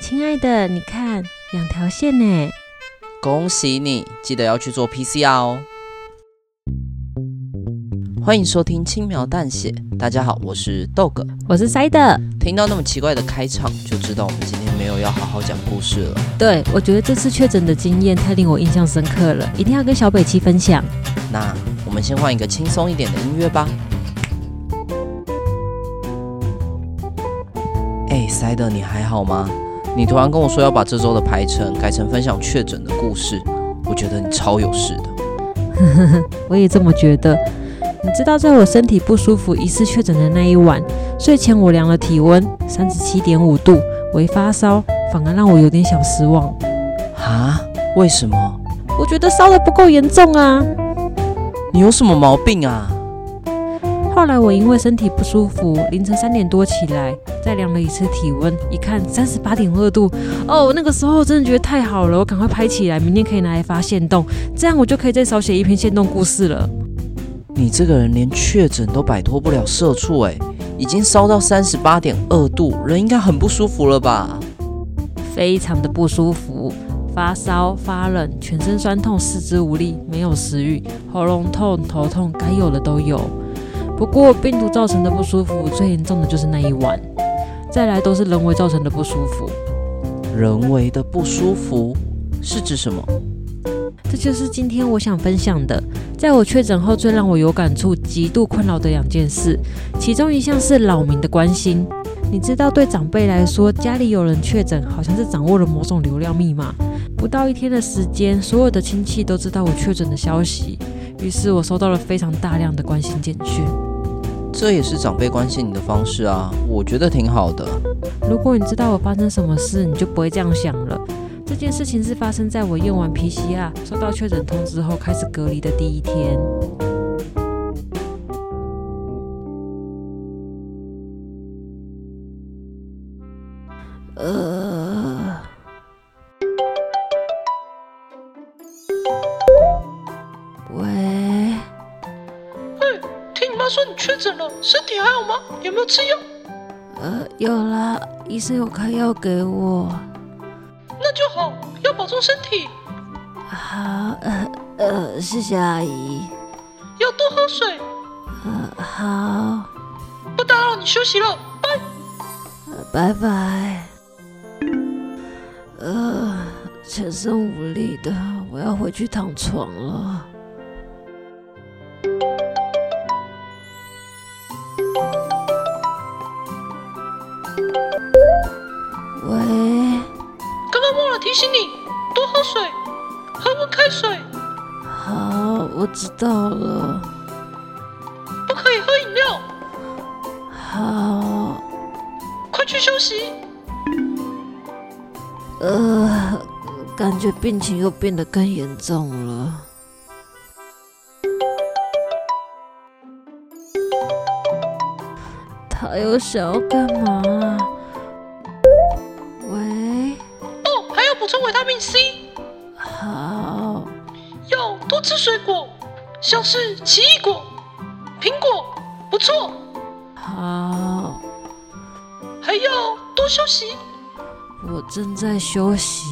亲爱的，你看两条线呢。恭喜你，记得要去做 PCR 哦。欢迎收听轻描淡写，大家好，我是豆哥。我是塞的，听到那么奇怪的开场，就知道我们今天没有要好好讲故事了。对我觉得这次确诊的经验太令我印象深刻了，一定要跟小北七分享。那我们先换一个轻松一点的音乐吧。哎，塞德，你还好吗？你突然跟我说要把这周的排程改成分享确诊的故事，我觉得你超有事的。我也这么觉得。你知道，在我身体不舒服疑似确诊的那一晚，睡前我量了体温，三十七点五度，微发烧，反而让我有点小失望。啊？为什么？我觉得烧得不够严重啊。你有什么毛病啊？后来我因为身体不舒服，凌晨三点多起来，再量了一次体温，一看三十八点二度，哦，那个时候真的觉得太好了，我赶快拍起来，明天可以拿来发现动，这样我就可以再少写一篇现动故事了。你这个人连确诊都摆脱不了社畜哎、已经烧到三十八点二度，人应该很不舒服了吧？非常的不舒服，发烧、发冷、全身酸痛、四肢无力、没有食欲、喉咙痛、头痛，该有的都有。不过病毒造成的不舒服最严重的就是那一晚，再来都是人为造成的不舒服。人为的不舒服是指什么？这就是今天我想分享的，在我确诊后最让我有感触、极度困扰的两件事，其中一项是扰民的关心。你知道，对长辈来说，家里有人确诊，好像是掌握了某种流量密码。不到一天的时间，所有的亲戚都知道我确诊的消息，于是我收到了非常大量的关心简讯。这也是长辈关心你的方式啊，我觉得挺好的。如果你知道我发生什么事，你就不会这样想了。这件事情是发生在我验完皮西亚，收到确诊通知后开始隔离的第一天。呃，喂，听你妈说你确诊了，身体还好吗？有没有吃药？呃，有啦，医生有开药给我。那就好，要保重身体，好，呃呃，谢谢阿姨。呃要多喝水。好。不打扰你休息了，拜。拜拜。呃，全身无力的，我要回去躺床了。喂，刚刚忘了提醒你，多喝水，喝温开水，好，我知道了。不可以喝饮料。好，快去休息。呃，感觉病情又变得更严重了。他又想要干嘛啊？喂，哦，还要补充维他命 C，好，要多吃水果，像是奇异果、苹果，不错。好，还要多休息。我正在休息。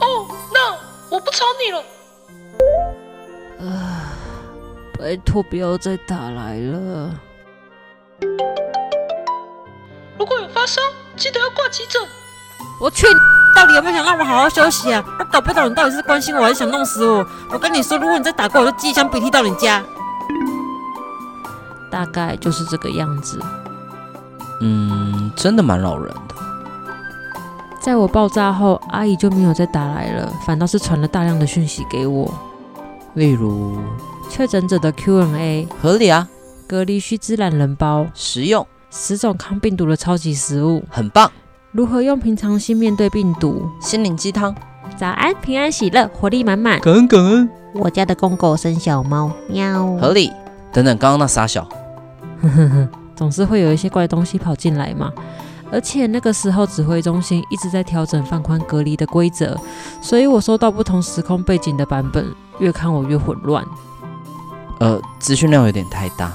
哦，那我不吵你了。拜托，不要再打来了。如果有发烧，记得要挂急诊。我去，到底有没有想让我好好休息啊？我搞不懂你到底是关心我，还是想弄死我。我跟你说，如果你再打过，我就寄一箱鼻涕到你家。大概就是这个样子。嗯，真的蛮扰人的。在我爆炸后，阿姨就没有再打来了，反倒是传了大量的讯息给我。例如，确诊者的 Q&A、合理啊，隔离须知懒人包、实用，十种抗病毒的超级食物，很棒。如何用平常心面对病毒？心灵鸡汤，早安，平安喜乐，活力满满。感恩感恩，我家的公狗生小猫，喵。合理。等等，刚刚那傻小，总是会有一些怪东西跑进来嘛。而且那个时候，指挥中心一直在调整放宽隔离的规则，所以我收到不同时空背景的版本，越看我越混乱。呃，资讯量有点太大。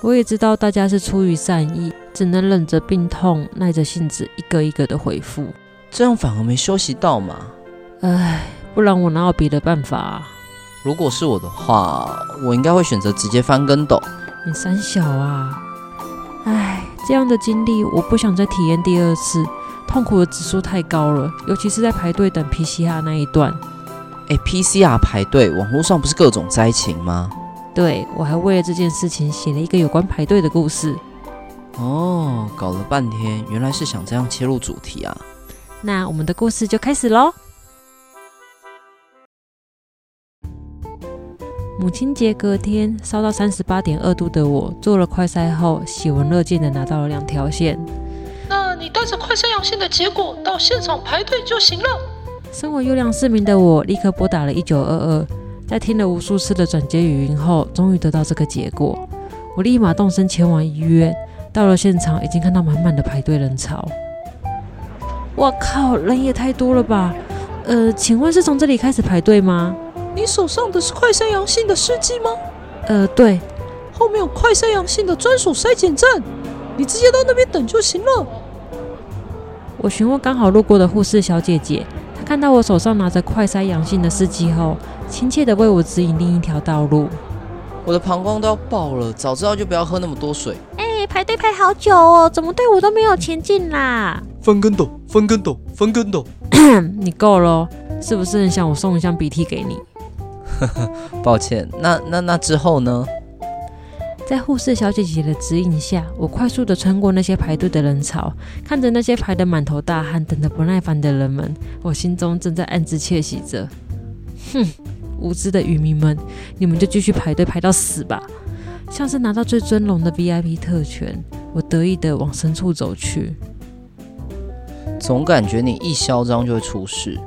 我也知道大家是出于善意，只能忍着病痛，耐着性子，一个一个的回复。这样反而没休息到嘛。唉，不然我哪有别的办法、啊？如果是我的话，我应该会选择直接翻跟斗。你三小啊！唉，这样的经历我不想再体验第二次，痛苦的指数太高了，尤其是在排队等 PCR 那一段。哎，PCR 排队，网络上不是各种灾情吗？对我还为了这件事情写了一个有关排队的故事。哦，搞了半天，原来是想这样切入主题啊。那我们的故事就开始喽。母亲节隔天，烧到三十八点二度的我，做了快筛后，喜闻乐见的拿到了两条线。那你带着快筛阳性的结果到现场排队就行了。身为优良市民的我，立刻拨打了一九二二。在听了无数次的转接语音后，终于得到这个结果。我立马动身前往医院，到了现场，已经看到满满的排队人潮。我靠，人也太多了吧？呃，请问是从这里开始排队吗？你手上的是快筛阳性的试剂吗？呃，对，后面有快筛阳性的专属筛检站，你直接到那边等就行了。我询问刚好路过的护士小姐姐，她看到我手上拿着快筛阳性的试剂后，亲切地为我指引另一条道路。我的膀胱都要爆了，早知道就不要喝那么多水。哎，排队排好久哦，怎么队伍都没有前进啦？翻跟斗，翻跟斗，翻跟斗。嗯， 你够了哦，是不是很想我送一箱鼻涕给你？抱歉，那那那之后呢？在护士小姐姐的指引下，我快速地穿过那些排队的人潮，看着那些排得满头大汗、等得不耐烦的人们，我心中正在暗自窃喜着：哼，无知的渔民们，你们就继续排队排到死吧！像是拿到最尊荣的 VIP 特权，我得意地往深处走去。总感觉你一嚣张就会出事。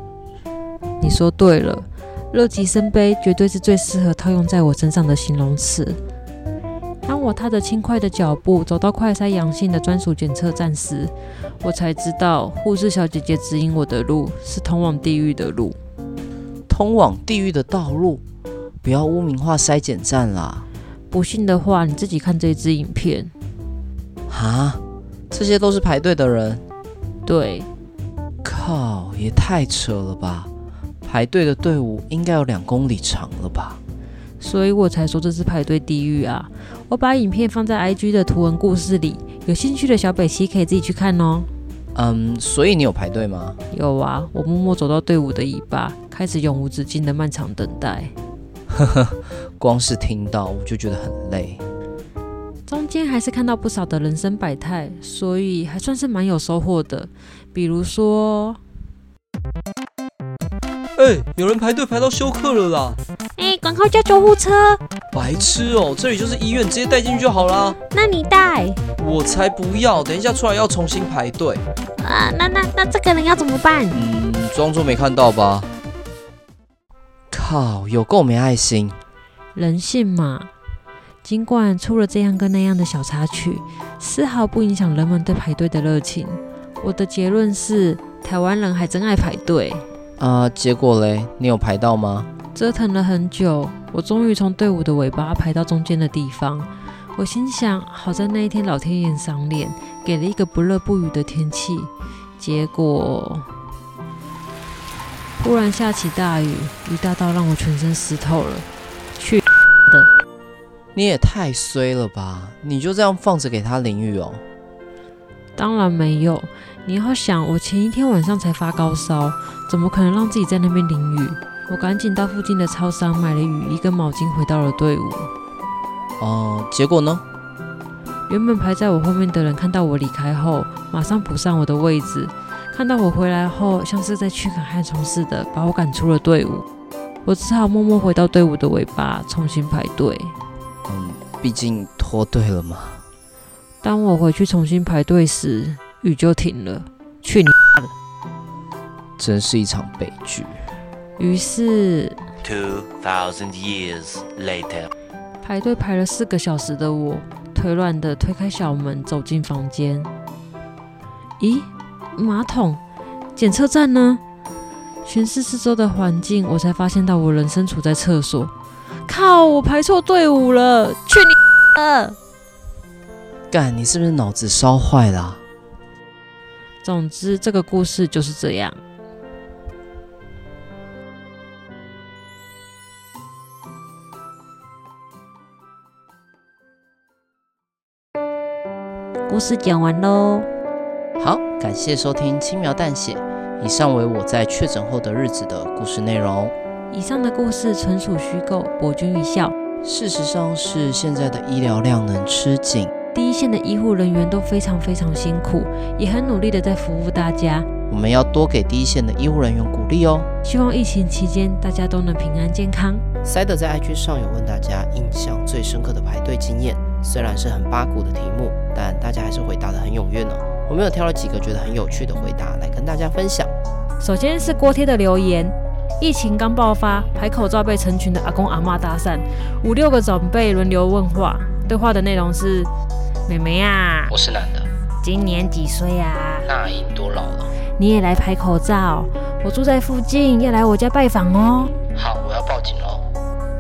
你说对了，乐极生悲绝对是最适合套用在我身上的形容词。当我踏着轻快的脚步走到快筛阳性的专属检测站时，我才知道护士小姐姐指引我的路是通往地狱的路。通往地狱的道路，不要污名化筛检站啦！不信的话，你自己看这支影片。啊，这些都是排队的人，对，靠，也太扯了吧！排队的队伍应该有两公里长了吧？所以我才说这是排队地狱啊！我把影片放在 IG 的图文故事里，有兴趣的小北西可以自己去看哦。嗯，所以你有排队吗？有啊，我默默走到队伍的尾巴，开始永无止境的漫长等待。 光是听到我就觉得很累。中间还是看到不少的人生百态，所以还算是蛮有收获的。比如说，哎，有人排队排到休克了啦！哎，赶快叫救护车！白痴哦，这里就是医院，直接带进去就好啦。那你带我才不要，等一下出来要重新排队。啊？那那那这个人要怎么办？嗯，装作没看到吧。靠，有够没爱心！人性嘛，尽管出了这样跟那样的小插曲，丝毫不影响人们对排队的热情。我的结论是，台湾人还真爱排队。啊、结果嘞，你有排到吗？折腾了很久，我终于从队伍的尾巴排到中间的地方。我心想，好在那一天老天爷赏脸，给了一个不热不雨的天气。结果，忽然下起大雨，雨大到让我全身湿透了。去的！你也太衰了吧！你就这样放着给他淋雨哦？当然没有。你要想，我前一天晚上才发高烧，怎么可能让自己在那边淋雨？我赶紧到附近的超商买了雨衣跟毛巾，回到了队伍。哦、结果呢？原本排在我后面的人看到我离开后，马上补上我的位置。看到我回来后，像是在驱赶害虫似的，把我赶出了队伍。我只好默默回到队伍的尾巴，重新排队。嗯，毕竟脱队了嘛。当我回去重新排队时，雨就停了。去你！真是一场悲剧。于是2,000 years later. 排队排了四个小时的我，腿软的推开小门走进房间。咦，马桶？检测站呢？巡视四周的环境，我才发现到我人生处在厕所。靠！我排错队伍了，去你！呃，干，你是不是脑子烧坏啊啦、总之，这个故事就是这样。故事讲完喽。好，感谢收听轻描淡写。以上为我在确诊后的日子的故事内容，以上的故事纯属虚构，博君一笑。事实上是现在的医疗量能吃紧，第一线的医护人员都非常非常辛苦，也很努力的在服务大家。我们要多给第一线的医护人员鼓励哦。希望疫情期间大家都能平安健康。塞德在 IG 上有问大家印象最深刻的排队经验，虽然是很八股的题目，但大家还是回答的很踊跃呢。我们有挑了几个觉得很有趣的回答来跟大家分享。首先是锅贴的留言，疫情刚爆发，排口罩被成群的阿公阿嬷搭讪，五六个长辈轮流问话，对话的内容是：妹妹啊，我是男的，今年几岁啊？那已经多老了。你也来排口罩？我住在附近，要来我家拜访哦。好，我要报警喽。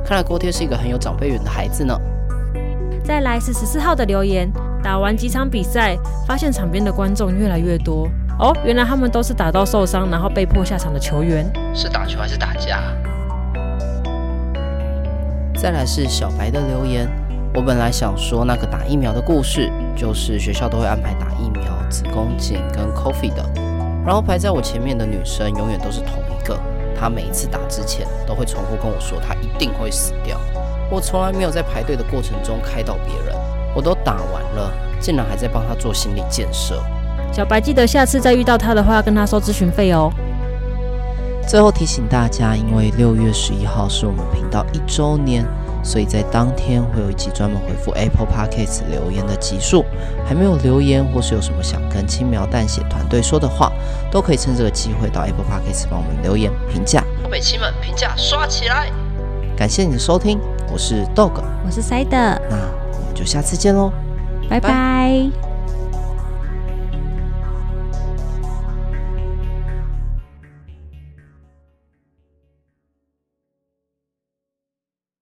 看来锅贴是一个很有长辈缘的孩子呢。再来是十四号的留言，打完几场比赛，发现场边的观众越来越多。哦，原来他们都是打到受伤，然后被迫下场的球员。是打球还是打架？再来是小白的留言，我本来想说那个打疫苗的故事，就是学校都会安排打疫苗、子宫颈跟 coffee 的，然后排在我前面的女生永远都是同一个，她每一次打之前都会重复跟我说她一定会死掉，我从来没有在排队的过程中开导别人，我都打完了，竟然还在帮她做心理建设。小白记得下次再遇到他的话，跟他收咨询费哦。最后提醒大家，因为六月十一号是我们频道一周年，所以在当天会有一集专门回复 Apple Podcasts 留言的集数。还没有留言，或是有什么想跟轻描淡写团队说的话，都可以趁这个机会到 Apple Podcasts 帮我们留言评价。东北亲们评价刷起来！感谢你的收听，我是 Dog，我是塞德，那我们就下次见喽。拜拜